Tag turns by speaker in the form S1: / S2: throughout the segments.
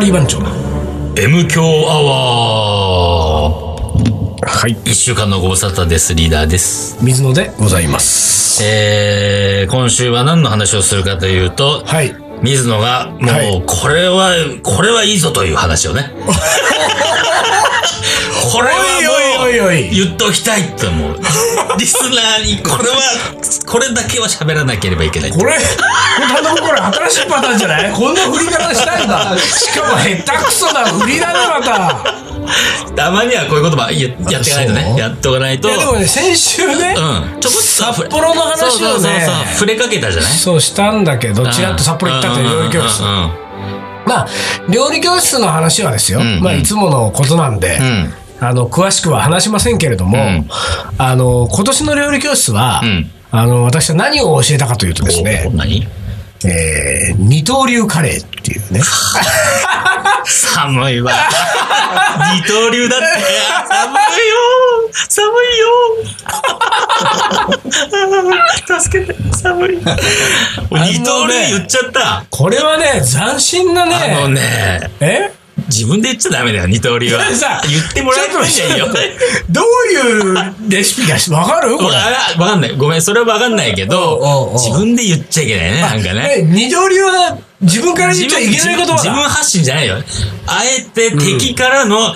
S1: リ番長の
S2: M 強アワー
S1: はい
S2: 一週間のご無沙汰です。リーダーです。
S1: 水野でございます
S2: えー、今週は何の話をするかというと、
S1: はい
S2: 水野が、もう、
S1: はい
S2: これは、これはいいぞという話をね。 これはも
S1: おいおいおいお
S2: う
S1: い、
S2: 言っておきたいって思う。リスナーに、これは、これだけは喋らなければいけない。
S1: これこれ単独これ新しいパターンじゃないこんな振り方したんだしかも下手くそな振りだねまた
S2: たまにはこういう言葉ややっていかない
S1: そう
S2: とね。やっておかないと。
S1: いやでもね先週ね、
S2: うん。ちょこっと札
S1: 幌の話をね
S2: そうそうそうそう。触れかけたじゃない
S1: そうしたんだけどちらっと札幌行ったって料理教室
S2: うんうんうんうん
S1: まあ料理教室の話はですよ、
S2: んうん
S1: まあ、いつものことなんで、
S2: うん
S1: あの詳しくは話しませんけれども、
S2: ん
S1: あの今年の料理教室は、
S2: ん
S1: あの私は何を教えたかというとですね、
S2: 何
S1: えー二刀流カレーっていうね
S2: 寒いわ。 二刀流だって。寒いよ。寒いよ。助けて。寒い。二刀流言っちゃった。
S1: これはね斬新な
S2: あの
S1: ね
S2: ね、
S1: え
S2: 自分で言っちゃダメだよ、二刀流は。
S1: だってさ
S2: 言ってもらえないじゃんよ。
S1: どういうレシピかわかるこ
S2: わ
S1: れ
S2: わかんない。ごめん、それはわかんないけ
S1: おうおうお
S2: ど
S1: う、
S2: 自分で言っちゃいけないね、なんかね。
S1: え二刀流は自分から言っちゃいけない言葉
S2: 自分
S1: だ
S2: 発信じゃないよ。あえて敵からの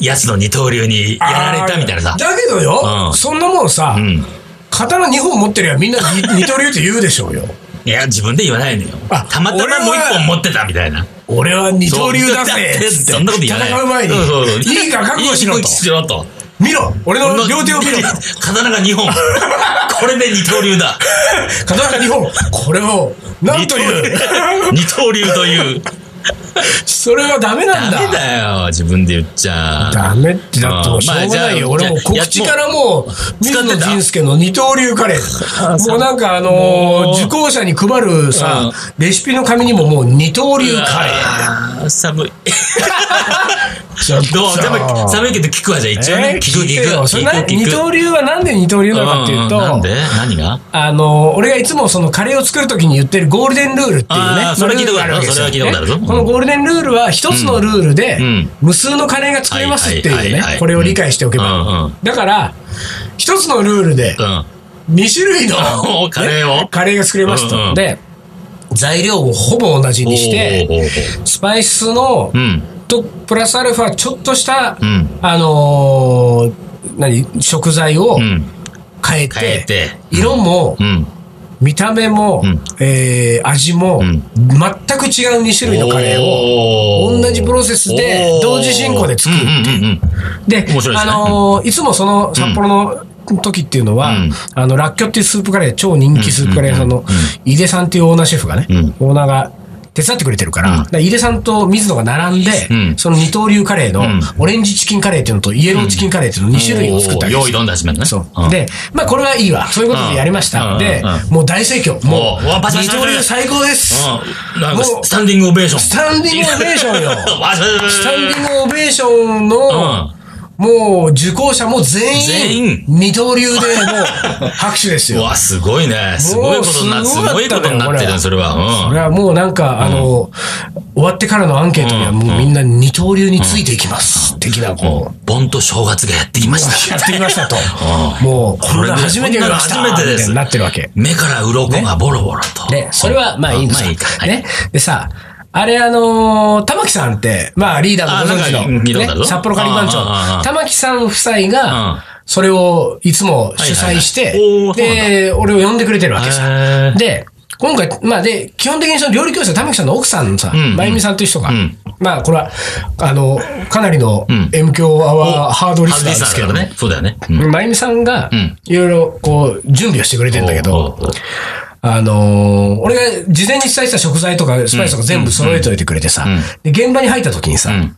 S2: やつの二刀流にやられたみたいなさ
S1: あー。だけどよ、
S2: うん
S1: そんなもんさ、
S2: うん。
S1: 刀2本持ってりゃみんなに二刀流って言うでしょうよ。
S2: いや、自分で言わないのよ。
S1: あ
S2: たまた
S1: 俺
S2: ま
S1: は
S2: もう一本持ってたみたいな。
S1: 俺は二刀流だ
S2: そう
S1: ぜ
S2: って
S1: つって
S2: そんなこと言わない。
S1: 戦う前に
S2: そうそうそう
S1: いいか覚悟しろ
S2: いい
S1: と
S2: 覚悟しろと。
S1: 見ろ俺の両手を見ろと
S2: 刀が二本。これで二刀流だ。
S1: 刀が2本これを なんという
S2: 二刀流という。
S1: それはダメな
S2: ダ
S1: んだ
S2: メだよ、自分で言っちゃ。
S1: ダメってだってもうしょうがないよ、
S2: うんまあじ
S1: 俺
S2: ゃあ
S1: もう告知からもう
S2: じゃ
S1: 水
S2: あもう
S1: 野仁介の二刀流カ レーもうなんかあ
S2: も
S1: の
S2: う
S1: ー受講者に配るさ
S2: うん
S1: レシピの紙にももう二刀流カレー
S2: ー。寒い。
S1: ちょっ
S2: どう
S1: さ
S2: 寒い、寒いけど聞くわ、じゃあ一応
S1: え
S2: ね
S1: ー。
S2: 聞く、
S1: 聞い
S2: 聞
S1: てよ
S2: く。
S1: そ
S2: 聞
S1: れな
S2: く、聞
S1: 二
S2: く。
S1: 刀流はなんで二刀流なのかっていうと、
S2: んんなんで何が
S1: あの、俺がいつもそのカレーを作るときに言ってるゴールデンルールっていうね
S2: あー。それ
S1: のルールがあわけですよ
S2: それは聞いたことあるぞ
S1: ね
S2: うん
S1: このゴールデンルールは一つのルールで
S2: うん、
S1: 無数のカレーが作れますって
S2: はいいうはいはいは
S1: ね。
S2: い
S1: これを理解しておけ
S2: うんう
S1: ば
S2: ん。
S1: だから、一つのルールで
S2: う、ん。
S1: 2種類の
S2: おーカレーを
S1: ねカレーが作れます
S2: うんう
S1: と。
S2: ん
S1: で、材料をほぼ同じにして
S2: おーおーおーお、
S1: スパイスの
S2: ーう、ん。
S1: と、プラスアルファちょっとした
S2: うん、
S1: あのー、何、食材を
S2: うん。
S1: 変え
S2: 変え
S1: て
S2: て、
S1: 色も
S2: う、ん。
S1: 見た目も、
S2: うん
S1: えー味も、
S2: ん
S1: 全く違う2種類のカレーを
S2: を
S1: 同じプロセスで同時進行で作るって
S2: うんうん
S1: で
S2: 面白いです
S1: あ
S2: ね
S1: のーいつもその札幌の、時っていうのは、
S2: うん
S1: あの、らっきょっていうスープカレー、超人気スープカレー屋さんの、井出さんっていうオーナーシェフがね、
S2: うん
S1: オーナーが手伝ってくれてるから、
S2: うん
S1: だから井出さんと水野が並んで、
S2: うん
S1: その二刀流カレーの、
S2: ん
S1: オレンジチキンカレーっていうのと、イエローチキンカレーっていうの2種類を作ったわけで
S2: 用
S1: す
S2: 意
S1: よ。
S2: どんで始めるのね。
S1: そ
S2: ん
S1: う。、で、まあこれはいいわ。そういうことでやりまし
S2: うんう
S1: た。
S2: ん
S1: で
S2: う、
S1: もう大盛況。も
S2: おうわ
S1: う、
S2: バシバ
S1: 二
S2: シバシ
S1: 刀流最高です。
S2: うん。なんか
S1: もう
S2: スタンディングオベーション。
S1: スタンディングオベーションよ。
S2: わしゃしゃしゃ
S1: スタンディングオベーションの
S2: ん、
S1: もう受講者も全員
S2: 全員、
S1: 二刀流でもう拍手です
S2: う
S1: よ。
S2: わ、すごいね。すごいことにな、
S1: もう
S2: す
S1: すごかったね
S2: ごいことになって
S1: これ
S2: るそれは。
S1: こ
S2: うん
S1: れ。はもうなんか、あの、終わってからのアンケートにはもうみんな二刀流についていきます。的な、こう。
S2: 盆と正月がやってきまし た。
S1: やってきましたと。
S2: う
S1: もう、これが初めてやりました。
S2: こんなの初めてで
S1: みたい
S2: す。
S1: になってるわけ。
S2: 目から鱗がボロボロと。
S1: で、それは、まあいいんです
S2: ま
S1: よ
S2: あいいか。はい
S1: ね。でさ、あれあのー玉木さんって、まあリーダーのご存知
S2: あなんか聞いたことあ
S1: の、
S2: る
S1: ね、
S2: ぞ
S1: 札幌カリバン
S2: あああああ
S1: 長、
S2: あ
S1: 玉木さん夫妻
S2: うん
S1: が、それをいつも主催して
S2: はいはいはいお、ーそうなんだ
S1: で、俺を呼んでくれてるわけさ。
S2: へー
S1: で、今回、まあで、基本的にその料理教室は玉木さんの奥さんのさ、
S2: んうん
S1: まゆみさんという人が
S2: ん、
S1: まあこれは、あの、かなりの M 強アワーハードリスナーですけど
S2: ハードリスナーだから
S1: ね
S2: ね。。そうだよね。うん
S1: まゆみさんが
S2: ん、
S1: いろいろこう、準備をしてくれてんだけど、あのー俺が事前に伝えてた食材とかスパイスとか全部揃えておいてくれてさ、で、現場に入った時にさ、
S2: ん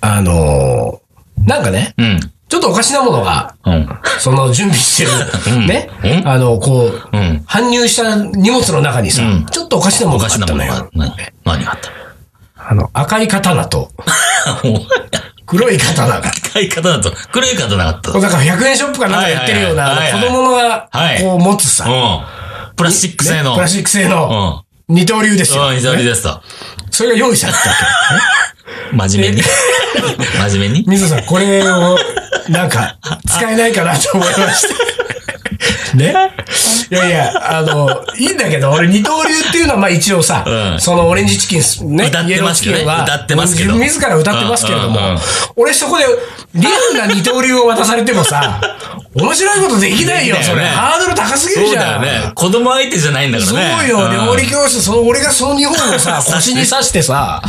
S1: あのーなんかね、
S2: うん。
S1: ちょっとおかしなものが、
S2: うん。
S1: その準備してる、ね、
S2: うん
S1: あの、こう、
S2: うん
S1: 搬入した荷物の中にさ、ちょっとおかしなもの
S2: お
S1: があ
S2: か
S1: っ
S2: しな
S1: た
S2: も
S1: の
S2: の
S1: よ
S2: が。何何があった
S1: あの、赤い刀と
S2: の
S1: 黒い 刀が。
S2: 使い方だと、黒い刀があった
S1: こうなんか100円ショップかなんかやってるような、
S2: はいはいはい
S1: あの子供が
S2: はい
S1: こう持つさ、
S2: うん。プラスチック製の。
S1: ねプラスチック製の、
S2: う
S1: 二刀流ですよ。
S2: うん、二刀流ですと。
S1: それが用意されてたわ
S2: 真面目に。真面目に
S1: け。。水野さん、これを、なんか、使えないかなと思いました。ねいやいや、あの、いいんだけど、俺二刀流っていうのは、まあ一応さ、
S2: うん
S1: そのオレンジチキンす、ね、
S2: 歌ってますけどね
S1: イエローチキンは
S2: 歌ってますけど
S1: 自ら歌ってますけれども、
S2: うんうんうん
S1: 俺そこで、リアルな二刀流を渡されてもさ、面白いことできないよ、
S2: できない
S1: そ
S2: よ
S1: れ。
S2: ね
S1: ハードル高すぎる
S2: そ
S1: じ
S2: うだ
S1: ゃん。
S2: よね。子供相手じゃないんだから
S1: そう
S2: ね。
S1: よ、料理
S2: うん
S1: 教室、その俺がその日本を さ、
S2: 刺
S1: 腰
S2: して
S1: に刺してさ、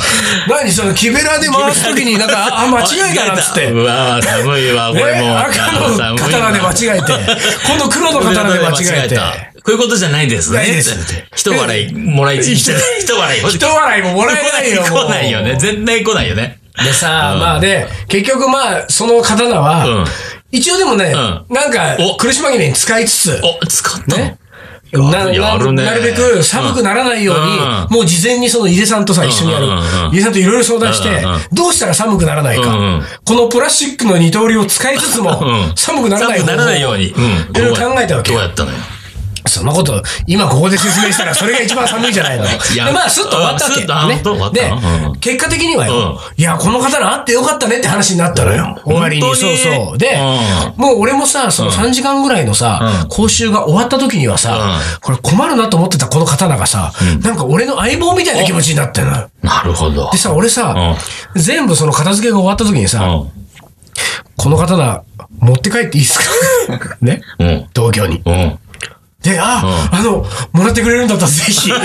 S1: 何その木べらで回すときになんか、 あ、あ間違えたなっつって。
S2: う
S1: ね、
S2: わぁ、寒いわ、これもう。
S1: 赤の
S2: 寒いわ
S1: 刀で間違えて、今度黒の刀で間違えて。
S2: こういうことじゃないですね。
S1: ないですって
S2: 一笑いもらいつつ、一笑い。
S1: 一笑いももらえない よ。もう
S2: 来ないよね。絶対来ないよね。
S1: でさ、
S2: うん
S1: まあで、結局まあ、その刀は、
S2: うん
S1: 一応でもね、
S2: う
S1: なんか
S2: お、
S1: 苦し紛れに使いつつ、
S2: お、使ったの
S1: ね。な
S2: やるね
S1: ななるべく寒くならないように、
S2: うん
S1: もう事前にその井出さんとさ、一緒にやる。
S2: うんうんう
S1: 井
S2: ん
S1: 出さんといろいろ相談して、
S2: うんうん
S1: どうしたら寒くならないか、
S2: うんうん
S1: このプラスチックの二刀流を使いつつも、
S2: うん
S1: 寒くならない
S2: 寒くならないように。うん
S1: いろいろ考えたわけ
S2: どうやったのよ。
S1: そんなこと、今ここで説明したらそれが一番寒いじゃないの。
S2: いや
S1: で、まあ、スッと終わったわけ。
S2: スッとあ
S1: ね
S2: 本当終わったのう
S1: で、結果的にはよ、いや、この方らあってよかったねって話になったのよ。終わりに。
S2: 本当
S1: そう
S2: に
S1: そう。で
S2: う、
S1: もう俺もさ、その3時間ぐらいのさ
S2: う、ん
S1: 講習が終わった時にはさ
S2: う、
S1: これ困るなと思ってたこの刀がさ、なんか俺の相棒みたいな気持ちになってるのよ。
S2: なるほど
S1: で。さ、俺さ、全部その片付けが終わった時にさ、この刀、持って帰っていいですか ね
S2: うん。うん。
S1: 同居に。
S2: うん。
S1: で、あ、あの、もらってくれるんだったらぜひ。 向こ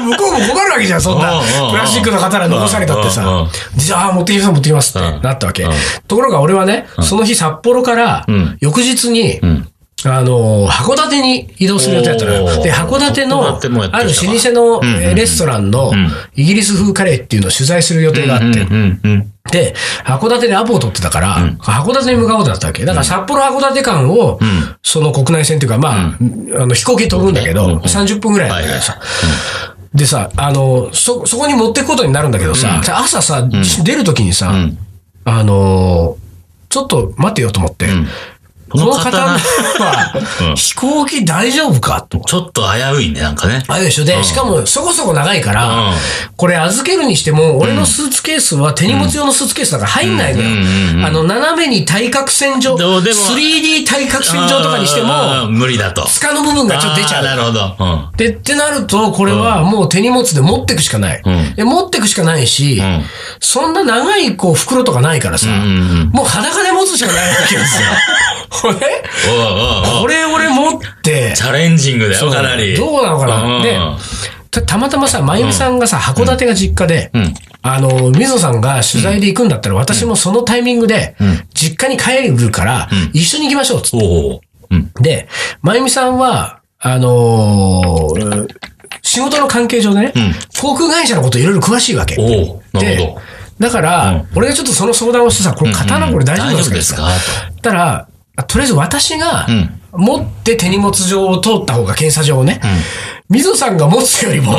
S1: うも困るわけじゃん、そん
S2: うん
S1: な
S2: うんうん。
S1: プラスチックの刀残されたって
S2: うんうんう
S1: さ
S2: ん。
S1: でじゃあ、あ持ってきます、持ってきますって
S2: うん
S1: なったわけ
S2: うん。
S1: ところが俺はね、その日札幌から
S2: ん、
S1: 翌日に
S2: う、ん。
S1: あの、函館に移動する予定だったの
S2: お
S1: よ。
S2: ー
S1: で、函館の、
S2: 函館もやって
S1: ある
S2: る人が
S1: 老舗の
S2: うんうん
S1: えーレストランの
S2: ん、
S1: イギリス風カレーっていうのを取材する予定があって、
S2: うん。うん。
S1: で、函館でアポを取ってたから、函館に向かおうとなったわけ。だから札幌函館間を、その国内線というか、まあ、あの飛行機で飛ぶんだけど、
S2: うんうん
S1: 30分ぐらいなんだけどさ。でさ、あの、そ、そこに持ってくことになるんだけどさ、で朝さ、出るときにさ、
S2: ん
S1: あの、ちょっと待ってよと思って、
S2: ん
S1: この方
S2: この刀 う
S1: は、
S2: ん
S1: 飛行機大丈夫かと。
S2: ちょっと危ういね、なんかね。
S1: あれでしょで、しかもそこそこ長いから、
S2: うん
S1: これ預けるにしても、俺のスーツケースは手荷物用のスーツケースだから入んないのよ。
S2: うんうんうんうん
S1: あの、斜めに対角線上、
S2: どうでも
S1: 3D 対角線上とかにして
S2: あー
S1: も、
S2: 無理だと。
S1: つかの部分がちょっと出ちゃ
S2: あーな
S1: う。
S2: るほど。
S1: で、ってなると、これはもう手荷物で持ってくしかない。
S2: うん
S1: で持ってくしかないし、
S2: ん
S1: そんな長いこう袋とかないからさ、
S2: うん。うんうんうん。
S1: もう裸で持つしかないわけです よ。これ
S2: おうおうお
S1: こ
S2: う
S1: れ俺持って、
S2: チャレンジングだよ、かなり。
S1: どうなのかな、
S2: うん
S1: でた、たまたまさ、まゆみさんがさ、函館が実家で、
S2: ん
S1: あの、水野さんが取材で行くんだったら、私もそのタイミングで、実家に帰るから、一緒に行きましょうっつっ
S2: おううん。
S1: て。で、まゆみさんは、あのー仕事の関係上でね、
S2: ん
S1: 航空会社のこといろいろ詳しいわけ。
S2: おうなる
S1: で
S2: ほど。、
S1: だから、俺がちょっとその相談をしてさ、これ刀これ大丈夫なんですか
S2: 大丈夫ですか
S1: たら、あとりあえず私が
S2: ん、
S1: 持って手荷物上を通った方が検査上をね、水野さんが持つよ りも、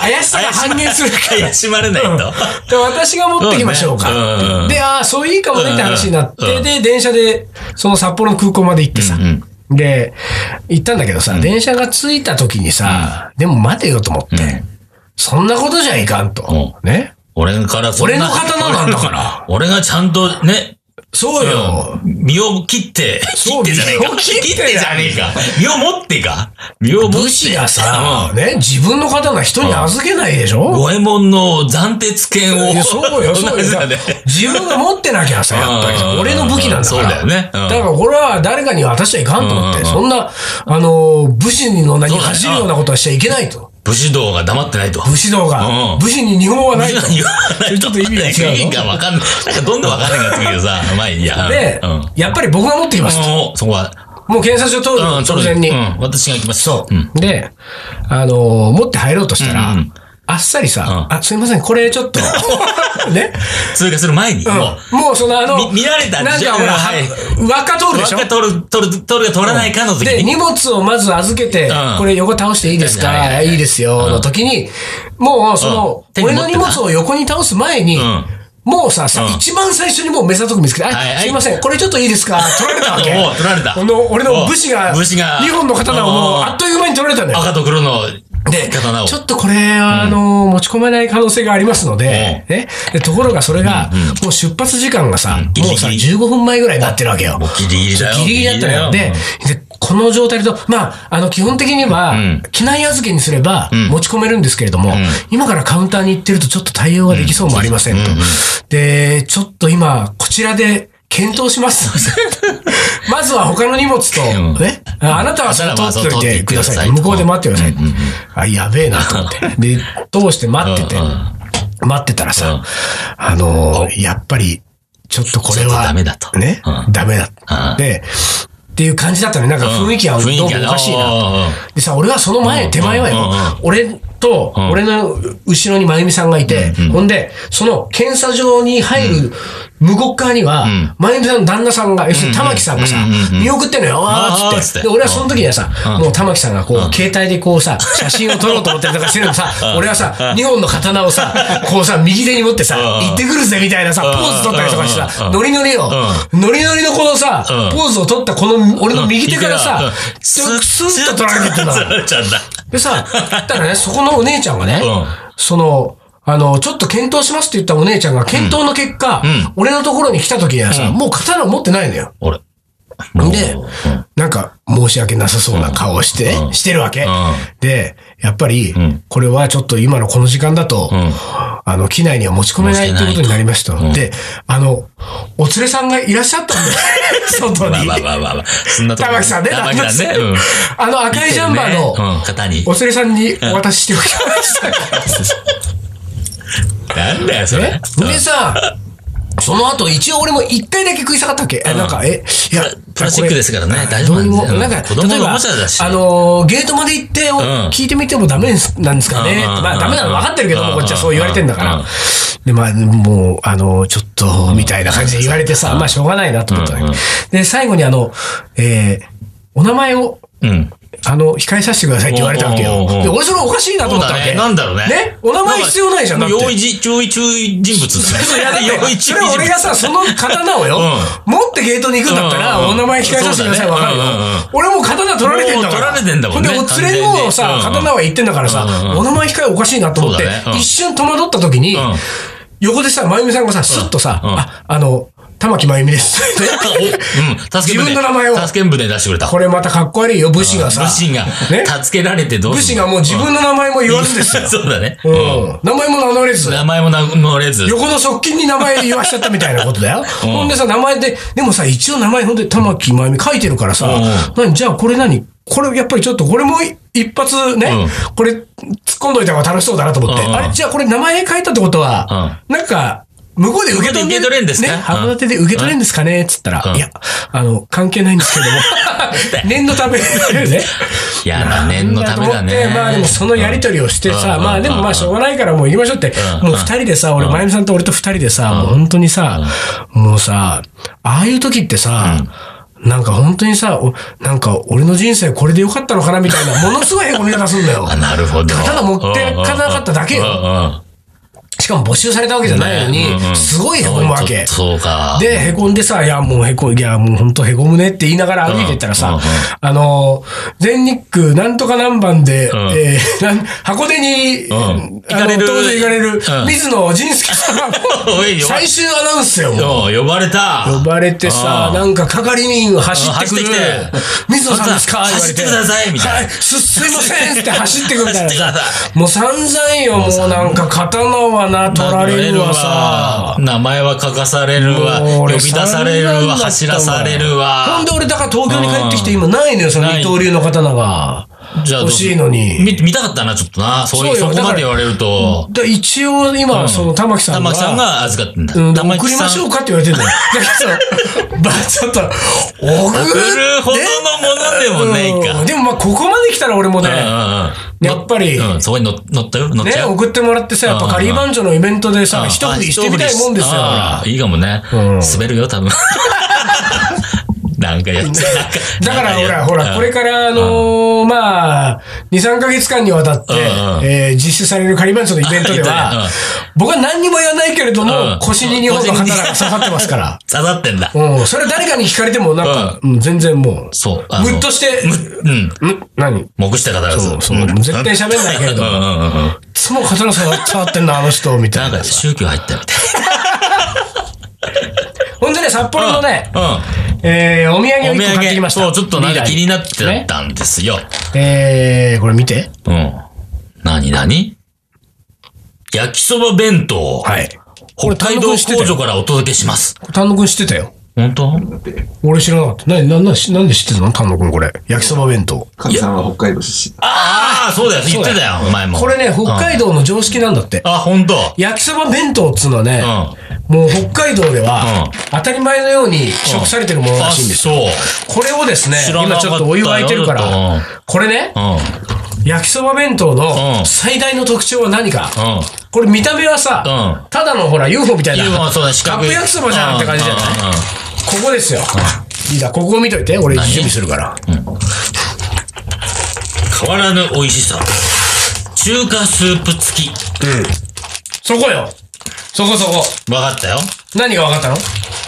S1: 怪しさが半減するから。
S2: 怪しまれないと。
S1: で私が持ってきましょうか。
S2: そうねうん
S1: で、ああ、そういいかもねって話になって、
S2: うん
S1: で、電車で、その札幌の空港まで行ってさ、で、行ったんだけどさ、電車が着いた時にさ、でも待てよと思って、そんなことじゃいかんと。ね。
S2: 俺からそんな
S1: 俺の刀なんだから。
S2: 俺がちゃんとね、
S1: そうよ。
S2: 身を切って、
S1: そう
S2: 切ってじゃねえ
S1: 身を
S2: か。
S1: 切って
S2: 切ってじゃねえか。身を持ってか。身を持っ
S1: 武士がさ、ね、自分の刀人に預けないでしょ、
S2: 五右衛門の斬鉄剣
S1: い
S2: を。
S1: やそうよ、そう
S2: 同
S1: よ。
S2: じだね。
S1: 自分が持ってなきゃさ、やっぱり
S2: う
S1: さ
S2: ん
S1: 俺の武器なんだから。
S2: そうだよねう
S1: だ
S2: ん
S1: からこれは誰かに渡しちゃいかんと思って、
S2: うん
S1: そんな、あの、武士の名に走るようなことはしちゃいけないと。
S2: 武士道が黙ってないと。
S1: 武士道が、
S2: うん
S1: 武士に日本はないと。
S2: ちょっと意味
S1: が違うの
S2: 意味がわかんない。なんかどんどんわかんなくなってくるけどさ。まあいいや。
S1: で、
S2: うん。
S1: やっぱり僕が持ってきますと。
S2: おそこは、
S1: もう検察署通る
S2: うん、
S1: 直前に。
S2: うん、私が行きます。
S1: そう、
S2: ん。
S1: で、あのー持って入ろうとしたら、
S2: うんうん
S1: あっさりさ、
S2: うん
S1: あ、すいません、これちょ っと、ね。
S2: 通過する前に、もう、
S1: もうそのあの、
S2: み見られた
S1: なん
S2: じ
S1: か
S2: ゃん
S1: ほら、は
S2: はい
S1: 輪っか通るでしょ
S2: 輪っか取る、取る、取るか取らないかの時
S1: で、
S2: に。
S1: 荷物をまず預けて
S2: う、ん
S1: これ横倒していいです
S2: はいはい
S1: か
S2: はい
S1: いいですよ、の時に、もうそ
S2: うん手
S1: の、俺
S2: に持ってた
S1: の荷物を横に倒す前に
S2: ん、
S1: もうさ、さ
S2: うん
S1: 一番最初にもう目ざとく見つけて、あ
S2: はいはい
S1: すいません、これちょっといいですか取られたわけ。
S2: おう取られた
S1: この、俺の武士が、
S2: おう武士が
S1: 2本の刀をもう、
S2: おう
S1: あっという間に取られたんだよ。
S2: 赤と黒の
S1: で、
S2: 方だわ
S1: ちょっとこれは、あの、持ち込めない可能性がありますので、ね。でところがそれが、もう出発時間がさ、
S2: ギリギリ
S1: もうさ、15分前ぐらいになってるわけよ。
S2: ギリギリだよ。
S1: ギリギリだったのよ。で、でこの状態だと、まあ、あの、基本的には
S2: ん、
S1: 機内預けにすれば
S2: ん
S1: 持ち込めるんですけれども、今からカウンターに行ってるとちょっと対応ができそうもありませんと。で、ちょっと今、こちらで、検討します。 まずは他の荷物と、
S2: うん
S1: ね。ああなたはそれ取っておいてください。
S2: うん
S1: 向こうで待ってください。あ、やべえなと思って。で、通して待ってて
S2: うんう、
S1: 待ってたら
S2: う
S1: さ
S2: ん、
S1: あのー、やっぱり、ちょっとこれ
S2: ちょっ
S1: は、
S2: とダメだと
S1: ね
S2: う。ん
S1: ダメだ
S2: う。ん
S1: で、っていう感じだったのに、なんか雰囲気がどうもおかしいな。
S2: な。
S1: でさ、俺はその前、
S2: うん
S1: 手前はよ
S2: うんうん、
S1: 俺と、
S2: ん
S1: 俺の後ろに真由美さんがいて
S2: うんう、ん
S1: ほんで、その検査場に入る向こう側には
S2: ん、
S1: 真由美さんの旦那さんが、要するに玉木さんがさ
S2: うんうんうんう、ん
S1: 見送ってんのよ、わ
S2: あ
S1: ー
S2: ー
S1: っ
S2: っ
S1: つっ。
S2: つってて
S1: で俺はその時にはさ、
S2: うん
S1: もう玉木さんがこう
S2: う、ん
S1: 携帯でこうさ、写真を撮ろうと思ってなんかしてるのさ、俺はさ、2本の刀をさ、こうさ、右手に持ってさ、
S2: うん
S1: 行ってくるぜみたいなさ、ポ
S2: うん
S1: ーズ撮ったりとかしてさ
S2: う、ん
S1: ノリノリよ。ノリノリのこのさ
S2: う、ん
S1: ポーズを撮ったこの、俺の右手からさ、ス
S2: ス
S1: ッスッと取られてってん
S2: 取ら
S1: だ。
S2: れちゃった。
S1: でさ、だからね、そこのお姉ちゃんがね
S2: うん、
S1: その、あの、ちょっと検討しますって言ったお姉ちゃんが、検討の結果
S2: ん、
S1: 俺のところに来た時にはさ、
S2: うん
S1: もう刀持ってないのよ。
S2: 俺。
S1: で
S2: うん、
S1: なんか申し訳なさそうな顔をして、
S2: うん
S1: してるわけ。
S2: うん
S1: で、やっぱり
S2: ん、
S1: これはちょっと今のこの時間だと、
S2: うん
S1: あの、機内には持ち込めないってことになりました。
S2: うん
S1: で、あの、お連れさんがいらっしゃったん で、外
S2: まあ
S1: に
S2: まあ。まあまあまあ。そんなとこ
S1: 玉木さんね、
S2: 玉木さんね。うん
S1: あの赤いジャンバーの、
S2: うん方に
S1: お。連れさんにお渡ししておきました。
S2: なんだよ、それ。うん
S1: でさ、その後、一応俺も一回だけ食い下がったわけ。えなんか、え、いや、
S2: プラスチックですからね
S1: これ
S2: 大丈夫なんですよ
S1: どうにもなんか、
S2: 子供の
S1: 例えば
S2: おもちゃだし
S1: あのー、ゲートまで行って、お
S2: ん
S1: 聞いてみてもダメですなんですかね。
S2: うん
S1: まあ、ダメなの分かってるけど
S2: う
S1: も、
S2: ん
S1: こっちはそう言われてんだか
S2: う
S1: ら
S2: ん。
S1: で、まあ、もう、あのー、ちょっと、みたいな感じで言われてさ、まあ、しょうがないなと思ったわけ
S2: うんうん
S1: で、最後にあの、えーお名前を、
S2: うん。
S1: あの、控えさせてくださいって言われたわけ
S2: お
S1: よ
S2: うおうおうお。う
S1: で、俺それおかしいなと思ったわけ。
S2: なんだろうね。
S1: ねお名前必要ないじゃん。だって
S2: 用意じ、注意、注意人物だね。
S1: いやだって
S2: 用意
S1: それは俺がさ、その刀をよ、
S2: う
S1: 持ってゲートに行くんだったら、
S2: うんうん
S1: お名前控えさせてください、
S2: そうだね
S1: わかるよ
S2: うんうんうん。
S1: 俺もう刀取られてんだから。
S2: もう取られてんだもんね
S1: ほで、お連れも
S2: 完
S1: さ、
S2: 全に
S1: 刀は言ってんだからさ
S2: うんう、ん
S1: お名前控えおかしいなと思って
S2: そうだねう、ん
S1: 一瞬戸惑った時に
S2: ん、
S1: 横でさ、まゆみさんがさ、スッとさ、
S2: うん
S1: あ、あの、玉木まゆみです。
S2: おうん。助け
S1: 自分の名前を
S2: 助け船出してくれた。
S1: これまたかっこ悪いよ、武士がさ。
S2: 武士が
S1: ね、
S2: 助けられてどう
S1: 武
S2: す
S1: 士
S2: る。
S1: がもう自分の名前も言わずですよ
S2: そうだね。
S1: うん。名前も名乗れず。
S2: 名前も名乗れず。
S1: 横の側近に名前言わしちゃったみたいなことだよ。
S2: うん
S1: ほんでさ、名前で、でもさ、一応名前ほんで玉木まゆみ書いてるからさ、
S2: う
S1: 何じゃあこれ何これやっぱりちょっとこれも一発ね、
S2: う
S1: これ突っ込んどいた方が楽しそうだなと思って、
S2: うんうん
S1: あれじゃあこれ名前書いたってことは、なんか、向こうで受け取れ
S2: 受け取れんですか
S1: ね、
S2: うん
S1: 函館で受け取れんですかねっつったら、
S2: うん
S1: いや、あの、関係ないんです けども、念のため、ね。
S2: いやだ、念のためだ
S1: と思っ
S2: ね。
S1: てまあでもそのやりとりをしてさ、
S2: うん
S1: まあでもまあしょうがないからもう行きましょうって、
S2: うん
S1: もう二人でさ、俺、まゆみさんと俺と二人でさ、もう本当にさ、もうさ、ああいう時ってさ、なんか本当にさ、おなんか俺の人生これでよかったのかなみたいな、ものすごいへこみ方すんだよ。
S2: あなるほど。
S1: 刀持ってかなかっただけよ
S2: うんうん
S1: しかも募集されたわけじゃないのに
S2: ねうんう、ん
S1: すごいへこむわけ。
S2: そうか。
S1: で、へこんでさ、いや、もうへこ、いや、もう本当へこむねって言いながら歩いてったら
S2: うん
S1: さ
S2: うん、
S1: あの、全日空なんとか何番で、
S2: ん
S1: えーなん箱根に、
S2: ん
S1: あの
S2: 行かれる
S1: 当然行かれる、
S2: うん
S1: 水野仁介さんが、
S2: おい呼ば
S1: 最終アナウンスよ、もう。
S2: そう呼ばれた。
S1: 呼ばれてさ、
S2: うん
S1: なんか係員が走ってくる
S2: うん走ってき。て
S1: 水野さんですか言われ
S2: 走ってくださいみたいな
S1: はす、すいませんって走ってくるみたいな
S2: 走ってくだ
S1: さ
S2: さ。
S1: もう散々よ、もうなんか刀はな、取られるわさ。
S2: 名前は書かされるわ。
S1: もう
S2: 呼び
S1: 俺
S2: 出される
S1: 散々だ
S2: わ。
S1: った
S2: 走らされる
S1: ほ
S2: わ
S1: ん。で俺、だから東京に帰ってきて今ないのよ、その
S2: ない
S1: 二刀流の刀が。
S2: じゃあどう
S1: 欲しいのに。
S2: 見見たかったな、ちょっとな。そういう、
S1: そう
S2: そ
S1: よ
S2: こまで言われると。
S1: で一応今、その玉木さん
S2: 玉
S1: が。
S2: 木さんが預かってんだ。
S1: うん、で
S2: 玉木
S1: 送り
S2: さ
S1: ま
S2: ん
S1: しょうかって言われてんだよ。だ けど、まあちょっと、送
S2: 送るほど
S1: ね
S2: のものでもないか。
S1: うんでもまあここまで来たら俺もね、
S2: うんうんうん
S1: やっぱり
S2: うん、そこに乗乗ったよ乗っち
S1: ね、
S2: ゃう。
S1: 送ってもらってさ、やっぱカリー番長のイベントでさ、
S2: うん
S1: 一振りしてみたいもんですよ。
S2: ああいいかもね。
S1: うん
S2: 滑るよ、多分。ななんかやっちゃなん
S1: だから、ほら、
S2: なん
S1: ほ
S2: や
S1: ら、これから、あのーまあ、2、3ヶ月間にわたって、
S2: うんうん
S1: えー実施されるカリバンチョのイベントで
S2: あ言
S1: は
S2: ってたね、
S1: 僕は何にも言わないけれども、
S2: うん
S1: 腰に日本の刀が刺さってますから。
S2: 刺さってんだ。
S1: うん、それ誰かに聞かれても、なんか、うん全然もう、
S2: そう。あの
S1: ムッとして、
S2: うん。
S1: ん何
S2: 目した方が
S1: そうそう絶対喋んないけれど
S2: うんうんうんうん。
S1: いつも刀触ってんな、あの人、みた
S2: ないん
S1: な
S2: か。宗教入ったみたい
S1: ほんでね、札幌のね、
S2: な。うん。
S1: えー、お土産を
S2: お
S1: 一個買って
S2: 土
S1: きま
S2: 産、
S1: した。
S2: そう、ちょっとなんか気になっ
S1: ね
S2: てたんですよ。
S1: えー、これ見て。
S2: うん。なになに焼きそば弁当。
S1: はい。
S2: 北海道工場からお届けします。
S1: 丹野くん知ってたよ。
S2: 本当
S1: 俺知らなかった。なに、な、な、しなんで知ってたの丹野くんこれ。焼きそば弁当。
S3: カズさんは北海道出身。
S2: ああ、そうだよ。言ってたよ、お前も。
S1: これね、北海道の常識なんだって。
S2: あ、本当。
S1: 焼きそば弁当っつうのはね、もう北海道では、
S2: う
S1: 当たり前のように食されてるものらしいんですよ。
S2: よ。
S1: これをですね、
S2: 知らなか
S1: 今ち
S2: った
S1: ょっとお湯沸いてるか
S2: うん
S1: ら、これね、
S2: あ
S1: 焼きそば弁当
S2: うん
S1: の最大の特徴は何か。
S2: そう。うん。うん。
S1: これ見た目はさ
S2: う、
S1: ただのほら UFO みたいな。
S2: ユーはそうだ、四
S1: カッ
S2: 角
S1: プ
S2: い。
S1: 焼きそばじゃんって感じじゃない
S2: うんうんうん
S1: ここですよ。リーダー、ここを見といて。俺準備するから。
S2: 変わらぬ美味しさ。中華スープ付き。
S1: そこよ。そこそこ。
S2: わかったよ。
S1: 何が分かったの
S2: こ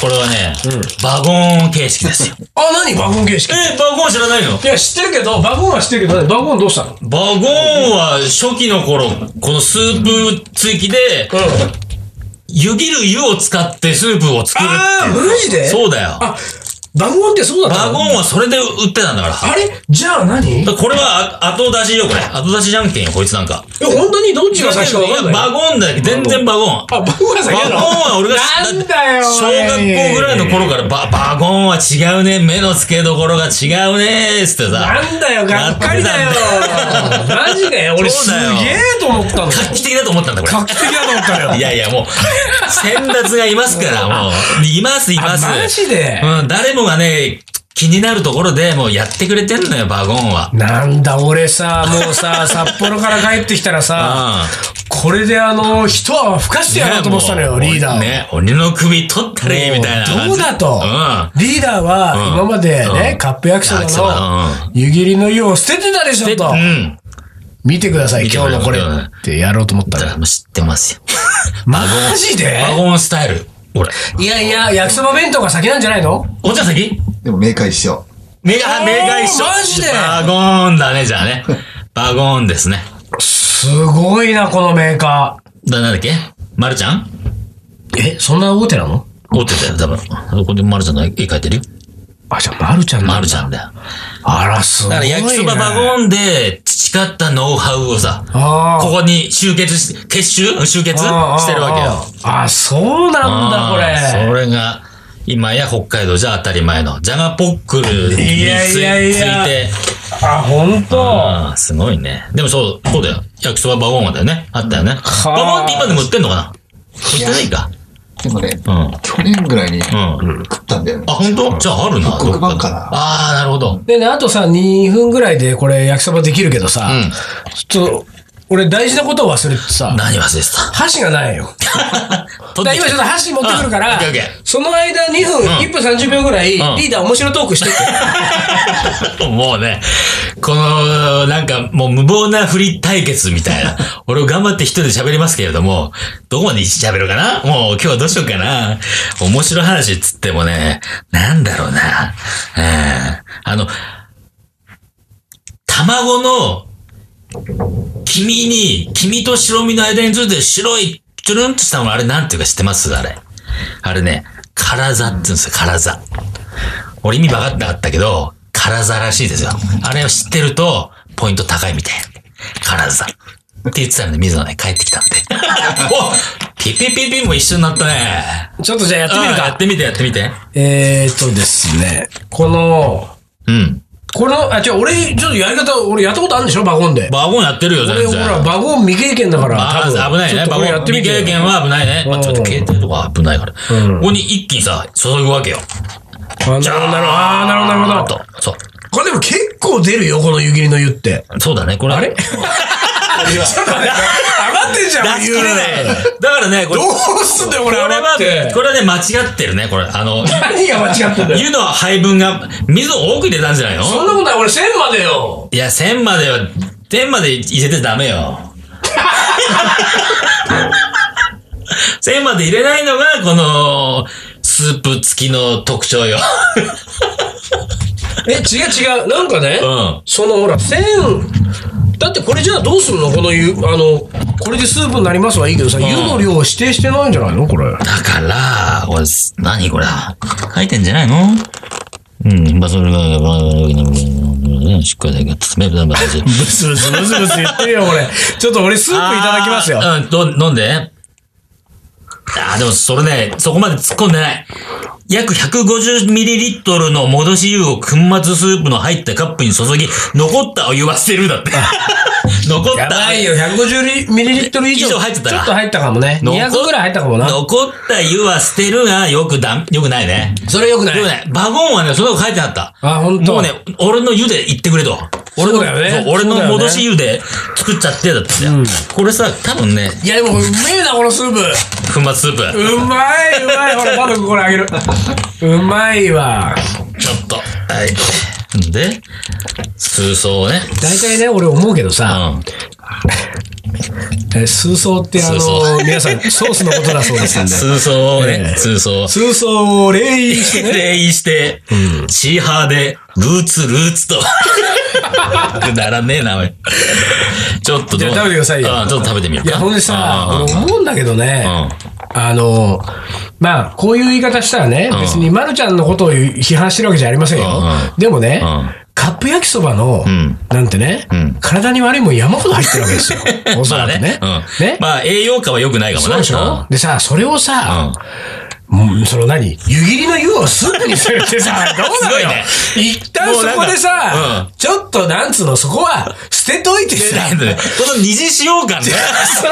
S2: れはね、バゴン形式で すよ。
S1: あ、何バゴン形式。
S2: え、バゴン知らない
S1: い
S2: の
S1: や、知ってるけど、バゴンは知ってるけど、バゴンどうしたの
S2: バゴンは初期の頃、このスープ付きで、
S1: う
S2: 湯切る湯を使ってスープを作る
S1: あ
S2: っ
S1: ー、
S2: ていう。
S1: マジでう。
S2: そうだよ。
S1: あ、バゴンってそうだった
S2: バ
S1: の
S2: ゴンはそれで売ってたんだから。
S1: あれじゃあ何え、
S2: これはあ後出しよ、これ。後出しじゃんけんよ、こいつなんか。
S1: 本当にどっちが最初か分かんない。
S2: いやバゴンだよ、全然バゴン。
S1: あ、バゴンが
S2: バ
S1: 先
S2: ゴン
S1: なの
S2: は俺が知
S1: なんだよ。
S2: 小学校ぐらいの頃から、バ、バゴンは違うね、目の付けどころが違うね、つってさ。
S1: なんだよ、がっかりだよ。マジで俺
S2: そう
S1: すげ
S2: だよ
S1: えと思ったの。
S2: 画期的だと思ったんだ、これ。
S1: 画期的だと思ったよ。
S2: いやいや、もう、先達がいますから、もう、います、い
S1: あ
S2: ます。
S1: マジで、
S2: うん、誰もがね、気になるところでもうやってくれてんのよ、バゴンは。
S1: なんだ、俺さ、もうさ、 札幌から帰ってきたらさ、
S2: う
S1: これであの、一泡吹かしてやろうと思ってたのよ、
S2: ねもう
S1: リーダーを。
S2: ね、俺の首取った
S1: も
S2: れ、
S1: う
S2: みたいな感じ。
S1: どうだと、
S2: うん。
S1: リーダーは
S2: うん
S1: 今までね、
S2: うん
S1: カップ焼きそば
S2: 焼きそば
S1: の湯切りの湯を捨ててたでしょと
S2: う。ん。
S1: 見てください、
S2: 見て
S1: 今
S2: く
S1: 日
S2: れ
S1: のこれ
S2: うん
S1: ってやろうと思った
S2: だから
S1: ら。
S2: もう知ってますよ。
S1: マジで
S2: バゴンスタイル。俺。
S1: いやいや、焼きそば弁当が先なんじゃないの
S2: お茶先
S3: でも明快師匠。
S2: メガ、
S1: おー
S2: メガ一緒。
S1: マジで
S2: バゴンだね、じゃあね。バゴンですね。
S1: すごいな、このメーカ
S2: だ、なんだっけまるちゃん
S1: ー。え、そんな大手なの
S2: おってたよ、多分。ここでまるちゃんの絵描いてるよ。
S1: あ、じゃあ、まるちゃん
S2: ま
S1: な
S2: るちゃんだよ。
S1: あら、すごい、
S2: だ
S1: ね。
S2: から焼きそばバゴンで培ったノウハウをさ、
S1: あー
S2: ここに集結し、結集集結してるわけよ。
S1: あー。あーあー、そうなんだ、こ
S2: あー
S1: れ。
S2: それが、今や北海道じゃ当たり前の、ジャガポックルについ
S1: いやいやいや
S2: ついて。
S1: あ、ほんと。
S2: ああ、すごいね。でもそう、そうだよ。焼きそばバゴンだよね。あったよね。
S1: は
S2: バ
S1: あ
S2: ゴンって今でも売ってんのかな売ってないか。
S3: でもね、
S2: うん。
S3: 去年ぐらいに食
S2: うん。
S3: ったんだよね
S2: あ、。本当？じゃああるな。
S3: 復刻版
S2: どっ
S3: か
S2: で
S3: な
S2: ああ、なるほど。
S1: でね、あとさ、2分ぐらいでこれ焼きそばできるけどさ、
S2: うん
S1: ちょっと、俺大事なことを忘れてさ、
S2: 何忘れてた。
S1: 箸がないよ。
S2: 取
S1: だから
S2: ってき
S1: 今ち
S2: て
S1: ょっと箸持ってくるから、
S2: うんオッケーオッケー
S1: その間2分、
S2: ん
S1: 1分30秒ぐらい、
S2: うん
S1: リーダー面白トークしてって。
S2: もうね、この、なんか、もう無謀な振り対決みた いな。俺を頑張って一人で喋りますけれども、どこまで喋るかなもう今日はどうしようかな。面白い話っつってもね、なんだろうな。うん。あの、卵の、黄身に、黄身と白身の間についてる白い、ちゅるんとしたもの、あれなんていうか知ってますあれ。あれね、カラザって言うんですよ、カラザ。俺意味分かってなかったけど、カラザらしいですよ。あれを知ってると、ポイント高いみたい。カラザ。って言ってたので、水野ね、帰ってきた んで。おピピピピも一緒になったね。
S1: ちょっとじゃあやってみる
S2: うんや
S1: か
S2: っ。てみて、やってみて。
S1: えーっとですね、この、
S2: うん。
S1: この、あ、違う、俺、ちょっとやり方、俺やったことあるんでしょバゴンで。
S2: バゴンやってるよ、
S1: 俺、
S2: 全
S1: ほ
S2: 然。
S1: ら、バゴン未経験だから、
S2: あ
S1: 多
S2: ー
S1: 分。
S2: 危ない
S1: ちょ
S2: ね。
S1: っと
S2: バ
S1: こ
S2: ゴン
S1: れやってみ
S2: 未
S1: てよ
S2: 経験は危ないね。まあ、ちょっと携帯とか危ないから。ここに一気にさ、注ぐわけよ。
S1: あなるほど、なるほど。あーなるほど、なるほど。
S2: と。そう。
S1: これでも結構出るよ、この湯切りの湯って。
S2: そうだね、これ。
S1: あれ
S2: りは。
S1: 余ってんじゃん、
S2: 出し切れない。
S1: ど
S2: だからね、これ、
S1: うすんだよ、これ
S2: これ
S1: 余
S2: は
S1: って、。
S2: これはね、間違ってるね、これ。あの、
S1: 何が間違ってんだよ。
S2: 湯の配分が、水を多く入れたんじゃないの
S1: そんなことない、俺1000までよ。
S2: いや、1000までは、1000まで入れてダメよ。1000まで入れないのが、この、スープ付きの特徴よ。
S1: え、違う違う。なんかね、
S2: うん
S1: そのほら、1000、だってこれじゃあどうすんのこの湯、あの、これでスープになりますはいいけどさ、湯の量を指定してないんじゃないのこれ。
S2: だから、おい、す何これ書いてんじゃないのうん、まあ、それが、まあ、しっかりだけど、めぶぶす。
S1: ブスブスブスブス言ってるよ、これ。ちょっと俺スープいただきますよ。
S2: あーうん、ど、飲んで。ああ、でもそれね、そこまで突っ込んでない。約 150ml の戻し湯を粉末スープの入ったカップに注ぎ、残ったお湯は捨てるだ って。残った。
S1: やばいよ、150ml 以上。
S2: 以上入ってた
S1: ち
S2: ら
S1: ょっと入ったかもね。
S2: 残っ
S1: 200ぐらい入ったかもな。
S2: 残った湯は捨てるがよくだ、よくないね。
S1: それよくな
S2: よくない。バゴンはね、そんなこと書いてあった。
S1: あほんと
S2: もうね、俺の湯で行ってくれと。俺の、
S1: そうだよね
S2: そう俺
S1: そうだ
S2: の
S1: よね
S2: 戻し湯で作っちゃってだって、これさ、多分ね、
S1: いや、でも、うめえな、このスープ。
S2: 粉末スープ。
S1: うまい、うまい。ほら、パド君これあげる。うまいわ。
S2: ちょっと。はい。んで、数層をね。
S1: 大体ね、俺思うけどさ、
S2: うん。
S1: え数層ってあ
S2: 数層
S1: の、皆さん、ソースのことだそう ですんで。
S2: 数層を
S1: え
S2: ね、
S1: え
S2: 数層を。
S1: 数層を礼儀してね。
S2: 礼儀して、チーハーで、ルーツ、ルーツと。くだらねえな、おい。ちょっとどう
S1: いや食べてくださいよ
S2: ああちょっと食べてみる
S1: い
S2: か。
S1: や、ほんでさ、
S2: うん
S1: 俺思うんだけどね、あの、まあ、こういう言い方したらね、
S2: ん
S1: 別にまるちゃんのことを批判してるわけじゃありませんよ。
S2: う
S1: でもね、
S2: うん
S1: カップ焼きそばの、
S2: ん
S1: なんてね、
S2: ん
S1: 体に悪いもん山ほど入ってるわけですよ。おそ ら
S2: まあ
S1: く
S2: ね。
S1: ね。
S2: うん
S1: ね、
S2: まあ、栄養価は良くないかも
S1: そう
S2: な。
S1: でしょ、でさ、それをさ、もうその何湯切りの湯をスープにするってさ、どうなのよ、
S2: す
S1: 一旦そこで
S2: もうなん
S1: さ、
S2: かう
S1: ちょっとなんつうの、そこは捨てといて
S2: うん
S1: さ、
S2: なんでねこの二次使用 感ね。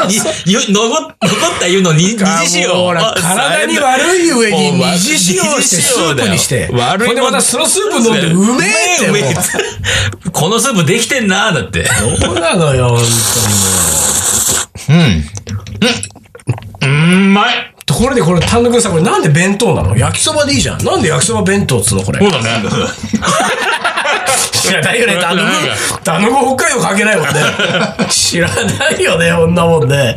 S2: にゆ残っ残った湯の二二次使用。
S1: ほら、体に悪い上に
S2: もうわ
S1: 二次使用して
S2: 二
S1: ス
S2: 次使用
S1: ー
S2: だ
S1: プ
S2: よ
S1: にして。
S2: 悪い
S1: ほんでまたそのスープ飲んで、うめえって
S2: うめえうめえ
S1: もう。
S2: このスープできてんなーだって。
S1: どうなのよ、本当にも
S2: うん、まい。
S1: う。ところでこれ、丹野くんさ、これなんで弁当なの焼きそばでいいじゃん。なんで焼きそば弁当っつうのこれ。
S2: そうだね。
S1: 知らないよね、
S2: これ
S1: 丹野
S2: なん
S1: くん。丹野くん北海道関係ないもんね。知らないよね、こんなもんね。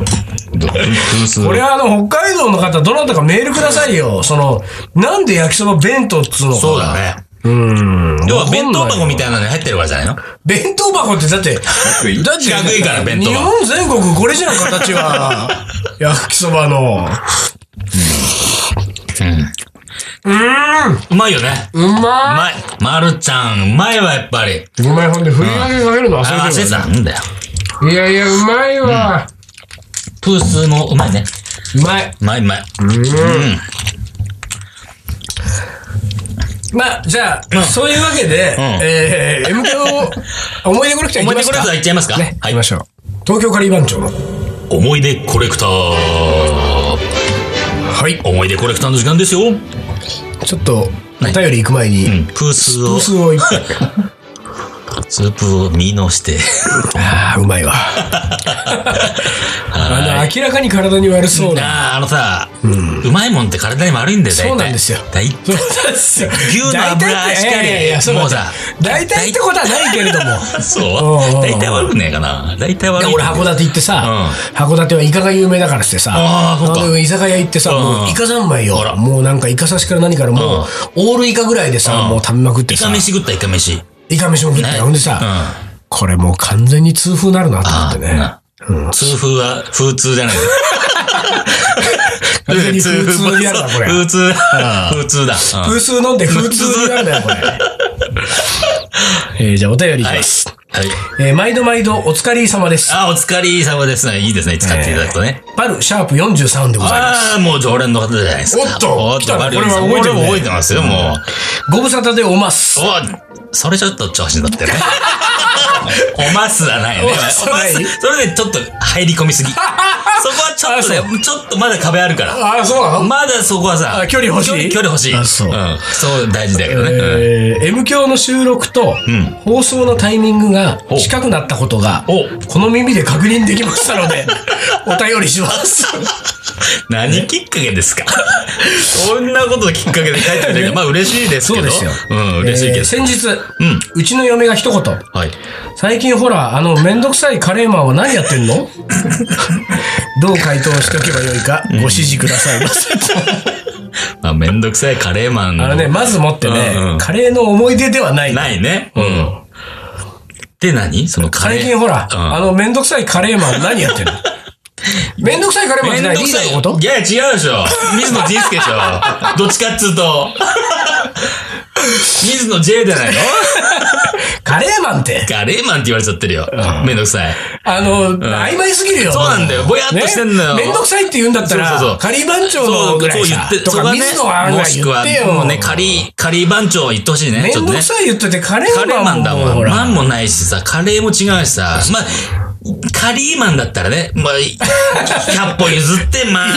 S1: これはあの、北海道の方、どなたかメールくださいよ。その、なんで焼きそば弁当っつうのかな
S2: そうだ。ね。
S1: うん。
S2: 要は弁当箱み
S1: い。
S2: たいなのに入ってるからじゃないの
S1: 弁当箱ってだって、
S3: い
S1: だって、
S2: 四角いから弁当
S1: 日
S2: は
S1: 本全国これじゃん、形は。焼きそばの。
S2: うまいよね。う
S1: うま
S2: まい。まるちゃん、うまいわ、やっぱり。
S1: い。うまい、ほんで、振り上げかけるの
S2: あ、
S1: 忘れて
S2: 焦って
S1: る
S2: た。なんだよ。
S1: わいやいや、うまいわ。
S2: プースもうまいね。
S1: うまい。
S2: うまいうまい。
S1: まあ、じゃあ、そういうわけで、えー、M 響、思い出コレクターい
S2: 思
S1: きま
S2: い出コ
S1: す
S2: レクター
S1: か
S2: いっちゃいますか
S1: ね、
S2: は
S1: 行きましょう。東京カリー番長の。
S2: 思い出コレクター。はい。思い出コレクターの時間ですよ。うん。
S1: ちょっと、お便り行く前に、
S2: プース
S1: ブ
S2: を
S1: ー、スを一杯。
S2: スープを見のして。
S1: ああ、うまいわ。 あの、明らかに体に悪そうな。
S2: ああ、あのさ、うまいもんって体に悪いんだよ、大体
S1: そうなんですよ
S2: 大体
S1: そうなんですよ
S2: 牛の油
S1: 大体っ
S2: しか
S1: ていやいやい
S2: り
S1: や、そう
S2: も
S1: なん
S2: う
S1: だ
S2: さ、
S1: 大体ってことはないけれど も。うんうんう
S2: そ
S1: ん
S2: う大体悪くねえかな。大体悪
S1: い
S2: い。
S1: や俺函館行ってさ、函館はイカが有名だからしてさ、
S2: あーそっか
S1: の居酒屋行ってさ、
S2: うん
S1: もうイカ三昧よ
S2: あら。
S1: もうなんかイカ刺しから何からもう、オールイカぐらいでさ、
S2: うん
S1: もう食べまくって
S2: イ
S1: さ
S2: カ、飯食った、イカ飯。
S1: イカ飯も食って
S2: ね
S1: ほんでさ、これもう完全に痛風になるなと思ってね。
S2: うん。痛風は、風痛じゃない。
S1: 完全に風通になるな、これ。
S2: 風痛。風痛だ。うん
S1: 風通飲んで風通になるな、これ。えーじゃあお便りいき
S2: は
S1: ま
S2: い。はい
S1: す。。えー毎度毎度お疲れ様です。
S2: あ、お疲れ様ですね。いいですね。使っていただくとね。
S1: パルシャープ43でございます。
S2: ああ、もう常連の方じゃないですか。
S1: おっと
S2: おっ
S1: 来た
S2: と、
S1: ね
S2: 悪い
S1: こ
S2: で
S1: れ
S2: す
S1: は覚えて
S2: 俺
S1: るね
S2: も覚えてますよ、もう。
S1: ご無沙汰でおます。
S2: おそれちょっと調子に 乗ってね。おますはないよね。
S1: おます
S2: お
S1: は
S2: ま
S1: ない
S2: す。それでちょっと入り込みすぎ。そこはちょっと
S1: あそ
S2: ね、ちょっとまだ壁あるから。
S1: ああ、そうなの
S2: まだそこはさ
S1: あ、距離欲しい
S2: 距離距離欲しい。。
S1: あそうん
S2: そう、大事だけどね。うん
S1: えー M 響の収録と
S2: ん
S1: 放送のタイミングが
S2: お
S1: 近くなったことが
S2: お
S1: この耳で確認できましたの でお便りします。
S2: 何きっか けですかそんなこときっかけで書いてくれる。まあ嬉しいですけど。
S1: そうですよ
S2: ん、嬉しいけ
S1: えー
S2: ど。
S1: 先日、
S2: ん
S1: うちの嫁が一言
S2: はい。
S1: 最近ほらあのめんどくさいカレーマンは何やって んのどう回答しとけばよいかご指示くださいませ。
S2: まあめんどくさいカレーマンの
S1: あのねまず持ってね、
S2: うんうん
S1: カレーの思い出ではない。
S2: ないね。うん。で何そのカレー。
S1: 最近ほら、
S2: うん
S1: あのめんどくさいカレーマン何やってん のめんどくさいカレーマンっ
S2: め
S1: て何
S2: んど
S1: リ
S2: く
S1: ーダ
S2: さい
S1: ーのこと
S2: いやいや違うでしょ。水野仁介でし ょ。どっちかっつうと。水野 J じゃないの
S1: カレーマンって、
S2: カレーマンって言われちゃってるよ。めんどくさい。
S1: あの、曖昧すぎるよ。
S2: そうなんだよぼやっとしてんのよ
S1: ねめんどくさいって言うんだった
S2: そうそうそ
S1: ら
S2: う、
S1: カリー番長のぐらいさ、と
S2: そこ
S1: か
S2: はね
S1: 水野はあん
S2: も
S1: が
S2: し
S1: 言
S2: く
S1: っ
S2: は
S1: てよ。
S2: もうね、仮、仮番長言ってほしいね。
S1: め
S2: ちょ
S1: ん
S2: っ
S1: ど
S2: とね
S1: く。さい言ってて、カレ
S2: カ
S1: ー
S2: レー
S1: マ
S2: マ
S1: ン
S2: ンだ
S1: も、
S2: も
S1: ほ
S2: ん。マ
S1: ら。
S2: ンもないしさ、カレーも違うしさ、まあ、カリーマンだったらね、まあ、100歩譲って、まあ、うん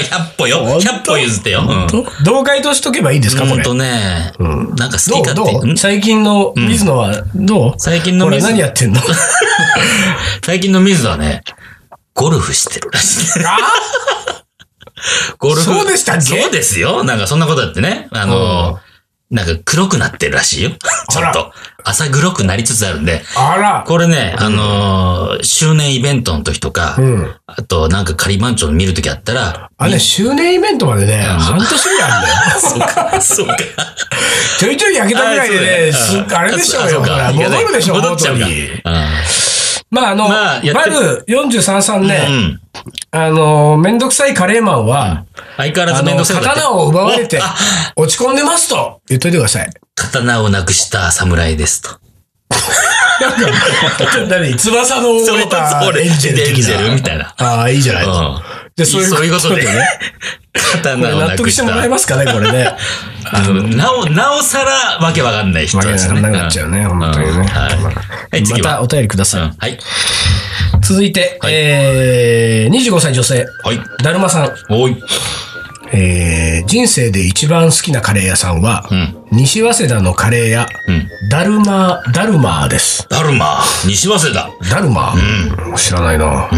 S2: 100歩よ。
S1: ほんと
S2: 100歩譲ってよ。うん
S1: どう回答しとけばいいですか、こ
S2: ほん
S1: れ。
S2: とね、なんか
S1: ど
S2: 好き勝
S1: うど
S2: 手。
S1: うん最近の水野はどう
S2: 最近の
S1: ほら
S2: 水野
S1: 何や ってんの
S2: 最近の水野はね、ゴルフしてるらしい。 ゴルフ。
S1: そうでしたっけ
S2: そうですよ。なんかそんなことだってね。あの、なんか黒くなってるらしいよ。ちょっと。朝黒くなりつつあるんで。
S1: あら。
S2: これね、あのー周年イベントの時とか、
S1: ん
S2: あとなんか仮番長見る時あったら、
S1: あれ、周年イベントまでね、半年ぐらいあるんだよ。
S2: そうか、そうか。
S1: ちょいちょい焼けたぐらいでね、
S2: あそうだよ
S1: すあれでしょうよ。
S2: あそう
S1: ほ
S2: から
S1: 戻るでしょ、
S2: 戻っちゃう
S1: 元
S2: か
S1: に。まあ、あの、
S2: まあやっ
S1: バ
S2: て
S1: ル43さんね、
S2: うんうん。
S1: あの、めんどくさいカレーマンは、
S2: 相変わら
S1: あ
S2: ず面
S1: の、
S2: 倒くさいことやって
S1: 刀を奪われて
S2: おあ、
S1: 落ち込んでますと言っといてください。
S2: 刀をなくした侍ですと。
S1: 何翼の折れたエンジェル
S2: エン
S1: 的
S2: ジェル
S1: な。
S2: みたいな。
S1: ああ、いいじゃない。
S2: うん
S1: で、
S2: そ
S1: そうう
S2: い
S1: いうう
S2: こ
S1: ことと
S2: で
S1: で
S2: ね
S1: ね。。
S2: 刀をな
S1: 納
S2: く
S1: 得
S2: し
S1: して
S2: た。
S1: もらえますかね、これ ね。
S2: あの、なお、なおさら、わけわかんない人
S1: わけ
S2: で
S1: わ
S2: す
S1: か
S2: ね。
S1: んなくなっちゃうね、
S2: ん
S1: 本当に
S2: うん
S1: ね。
S2: はい。はい、
S1: ま
S2: 次
S1: た
S2: は。
S1: お便りくだ
S2: うん
S1: さい。
S2: はい。
S1: 続いて、
S2: はい
S1: えー、25歳女性、
S2: はい。
S1: だるまさん。
S2: おい。
S1: えー人生で一番好きなカレー屋さんは、
S2: うん
S1: 西早稲田のカレー屋、
S2: うん
S1: ダルマー、ダルマーです。
S2: ダルマ、西早稲田。
S1: ダルマー、知らないな、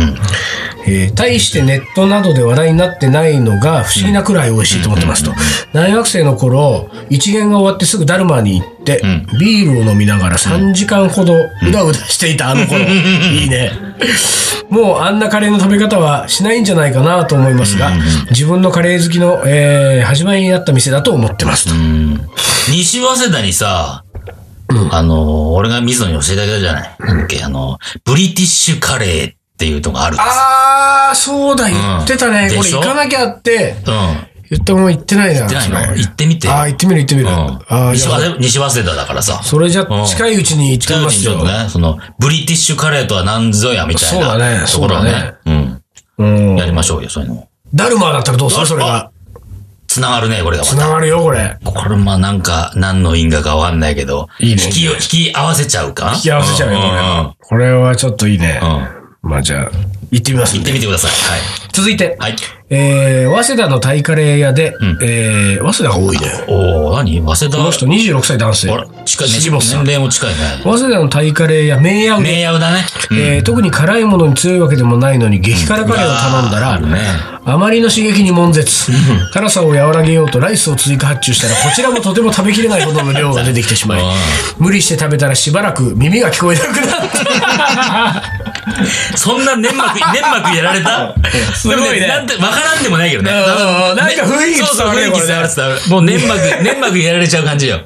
S1: えー対してネットなどで話題になってないのが不思議なくらい美味しいと思ってますと。大学生の頃、一元が終わってすぐダルマーに行って、
S2: ん
S1: ビールを飲みながら3時間ほどうだうだしていたあの 頃。いいね。もうあんなカレーの食べ方はしないんじゃないかなと思いますが、自分のカレー好きの、えー始まりになった店だと思ってますと。
S2: 西早稲田にさ、あの、俺が水野に教えてあげたじゃない。なんだっけ、あの、ブリティッシュカレーっていうのがあるんです
S1: あー、そうだ、言ってたね。
S2: うん
S1: こ
S2: で
S1: れ
S2: しょ
S1: 行かなきゃって、
S2: うん。
S1: 言ったもん行ってないな。行
S2: じゃないの行ってみて。
S1: あー、行ってみる行ってみる。あ
S2: う
S1: ー
S2: ん。
S1: じ
S2: 西
S1: ゃあ
S2: 早稲西早稲田だからさ。
S1: それじゃ近いうちに行っちゃいます
S2: ちょっ
S1: よ
S2: と。ね、その、ブリティッシュカレーとは何ぞやみたいな。
S1: そうだね
S2: ところを
S1: そうだね
S2: ね。うん。
S1: うん
S2: やりましょうよ、そういうの。
S1: ダルマーだったらどうするそれが。
S2: つながるね、これがま
S1: つ
S2: た。
S1: ながるよ、これ。
S2: これ、まあなんか、何の因果かわかんないけど。
S1: いいね
S2: 引き、引き合わせちゃうか
S1: 引き合わせちゃうよ、これは。これはちょっといいね
S2: う。んうんうん。うん
S1: まあじゃあ、行ってみます
S2: 行
S1: ん
S2: っ
S1: で
S2: てみてください。はい。
S1: 続いて。
S2: はい。
S1: えー、早稲田のタイカレー屋で、
S2: ん
S1: えー、早稲田が多いね。
S2: おお何早稲田
S1: この人26歳男性。
S2: あら、近いね。
S1: 杉本さん
S2: 年齢も近いね。
S1: 早稲田のタイカレー屋、名屋で、
S2: 名誉だね。
S1: えー特に辛いものに強いわけでもないのに、激辛カレーを頼んだら、
S2: うんね
S1: あまりの刺激に悶絶。辛さを和らげようとライスを追加発注したら、こちらもとても食べきれないほどの量が出てきてしまい
S2: うん、
S1: 無理して食べたらしばらく耳が聞こえなくなって。
S2: そんな 粘膜、粘膜やられた
S1: すごいね
S2: でもなんて、わからんでもないけどね。
S1: うんうんうんなんか雰囲気
S2: ねそうそう、
S1: 伝わる
S2: 雰
S1: ね
S2: 囲気伝わる伝わる。もう粘膜、粘膜やられちゃう感じよ。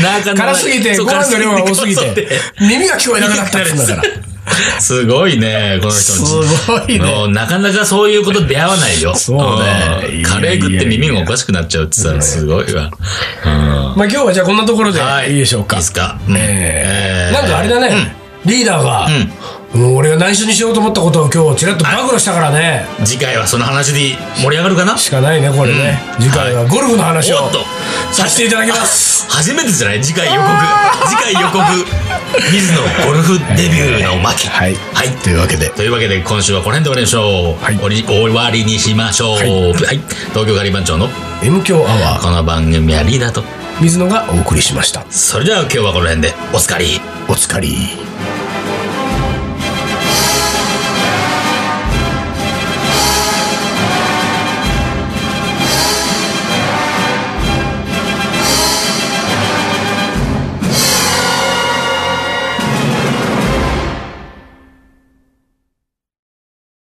S2: なんか
S1: 辛すぎて、
S2: そう
S1: ご飯の量が多すぎ
S2: 辛
S1: て、耳が聞こえなくなったっつうんだ から。
S2: すごいね、この人の人
S1: すごいね
S2: もうなかなかそういうこと出会わないよ。
S1: そうね
S2: ん
S1: いやいやいや
S2: カレー食って耳がおかしくなっちゃうってさ、すごいわ。うん
S1: まあ今日はじゃあこんなところで
S2: はい
S1: いいでしょう
S2: いい
S1: か
S2: で。すか。
S1: え
S2: え
S1: ー
S2: ー
S1: なんかあれだね、リーダーが、もう俺が内緒にしようと思ったことを今日ちらっと暴露したからね、
S2: 次回はその話で盛り上がるかな
S1: しかないね、これね。
S2: うん
S1: 次回はゴルフの話を
S2: おっと
S1: させていただきます。
S2: 初めてじゃない次回予告。次回予告。水野ゴルフデビューの巻。
S1: はい。
S2: はい。
S1: というわけで。
S2: というわけで、今週はこの辺で終わりましょう。
S1: はい
S2: おり終わりにしましょう。は。
S1: はいい
S2: 東京ガリバン長の
S1: M 強アワ
S2: この番組はリーダーと。
S1: ー、水野がお送りしました。
S2: それでは今日はこの辺で、おつかり。
S1: お疲れ。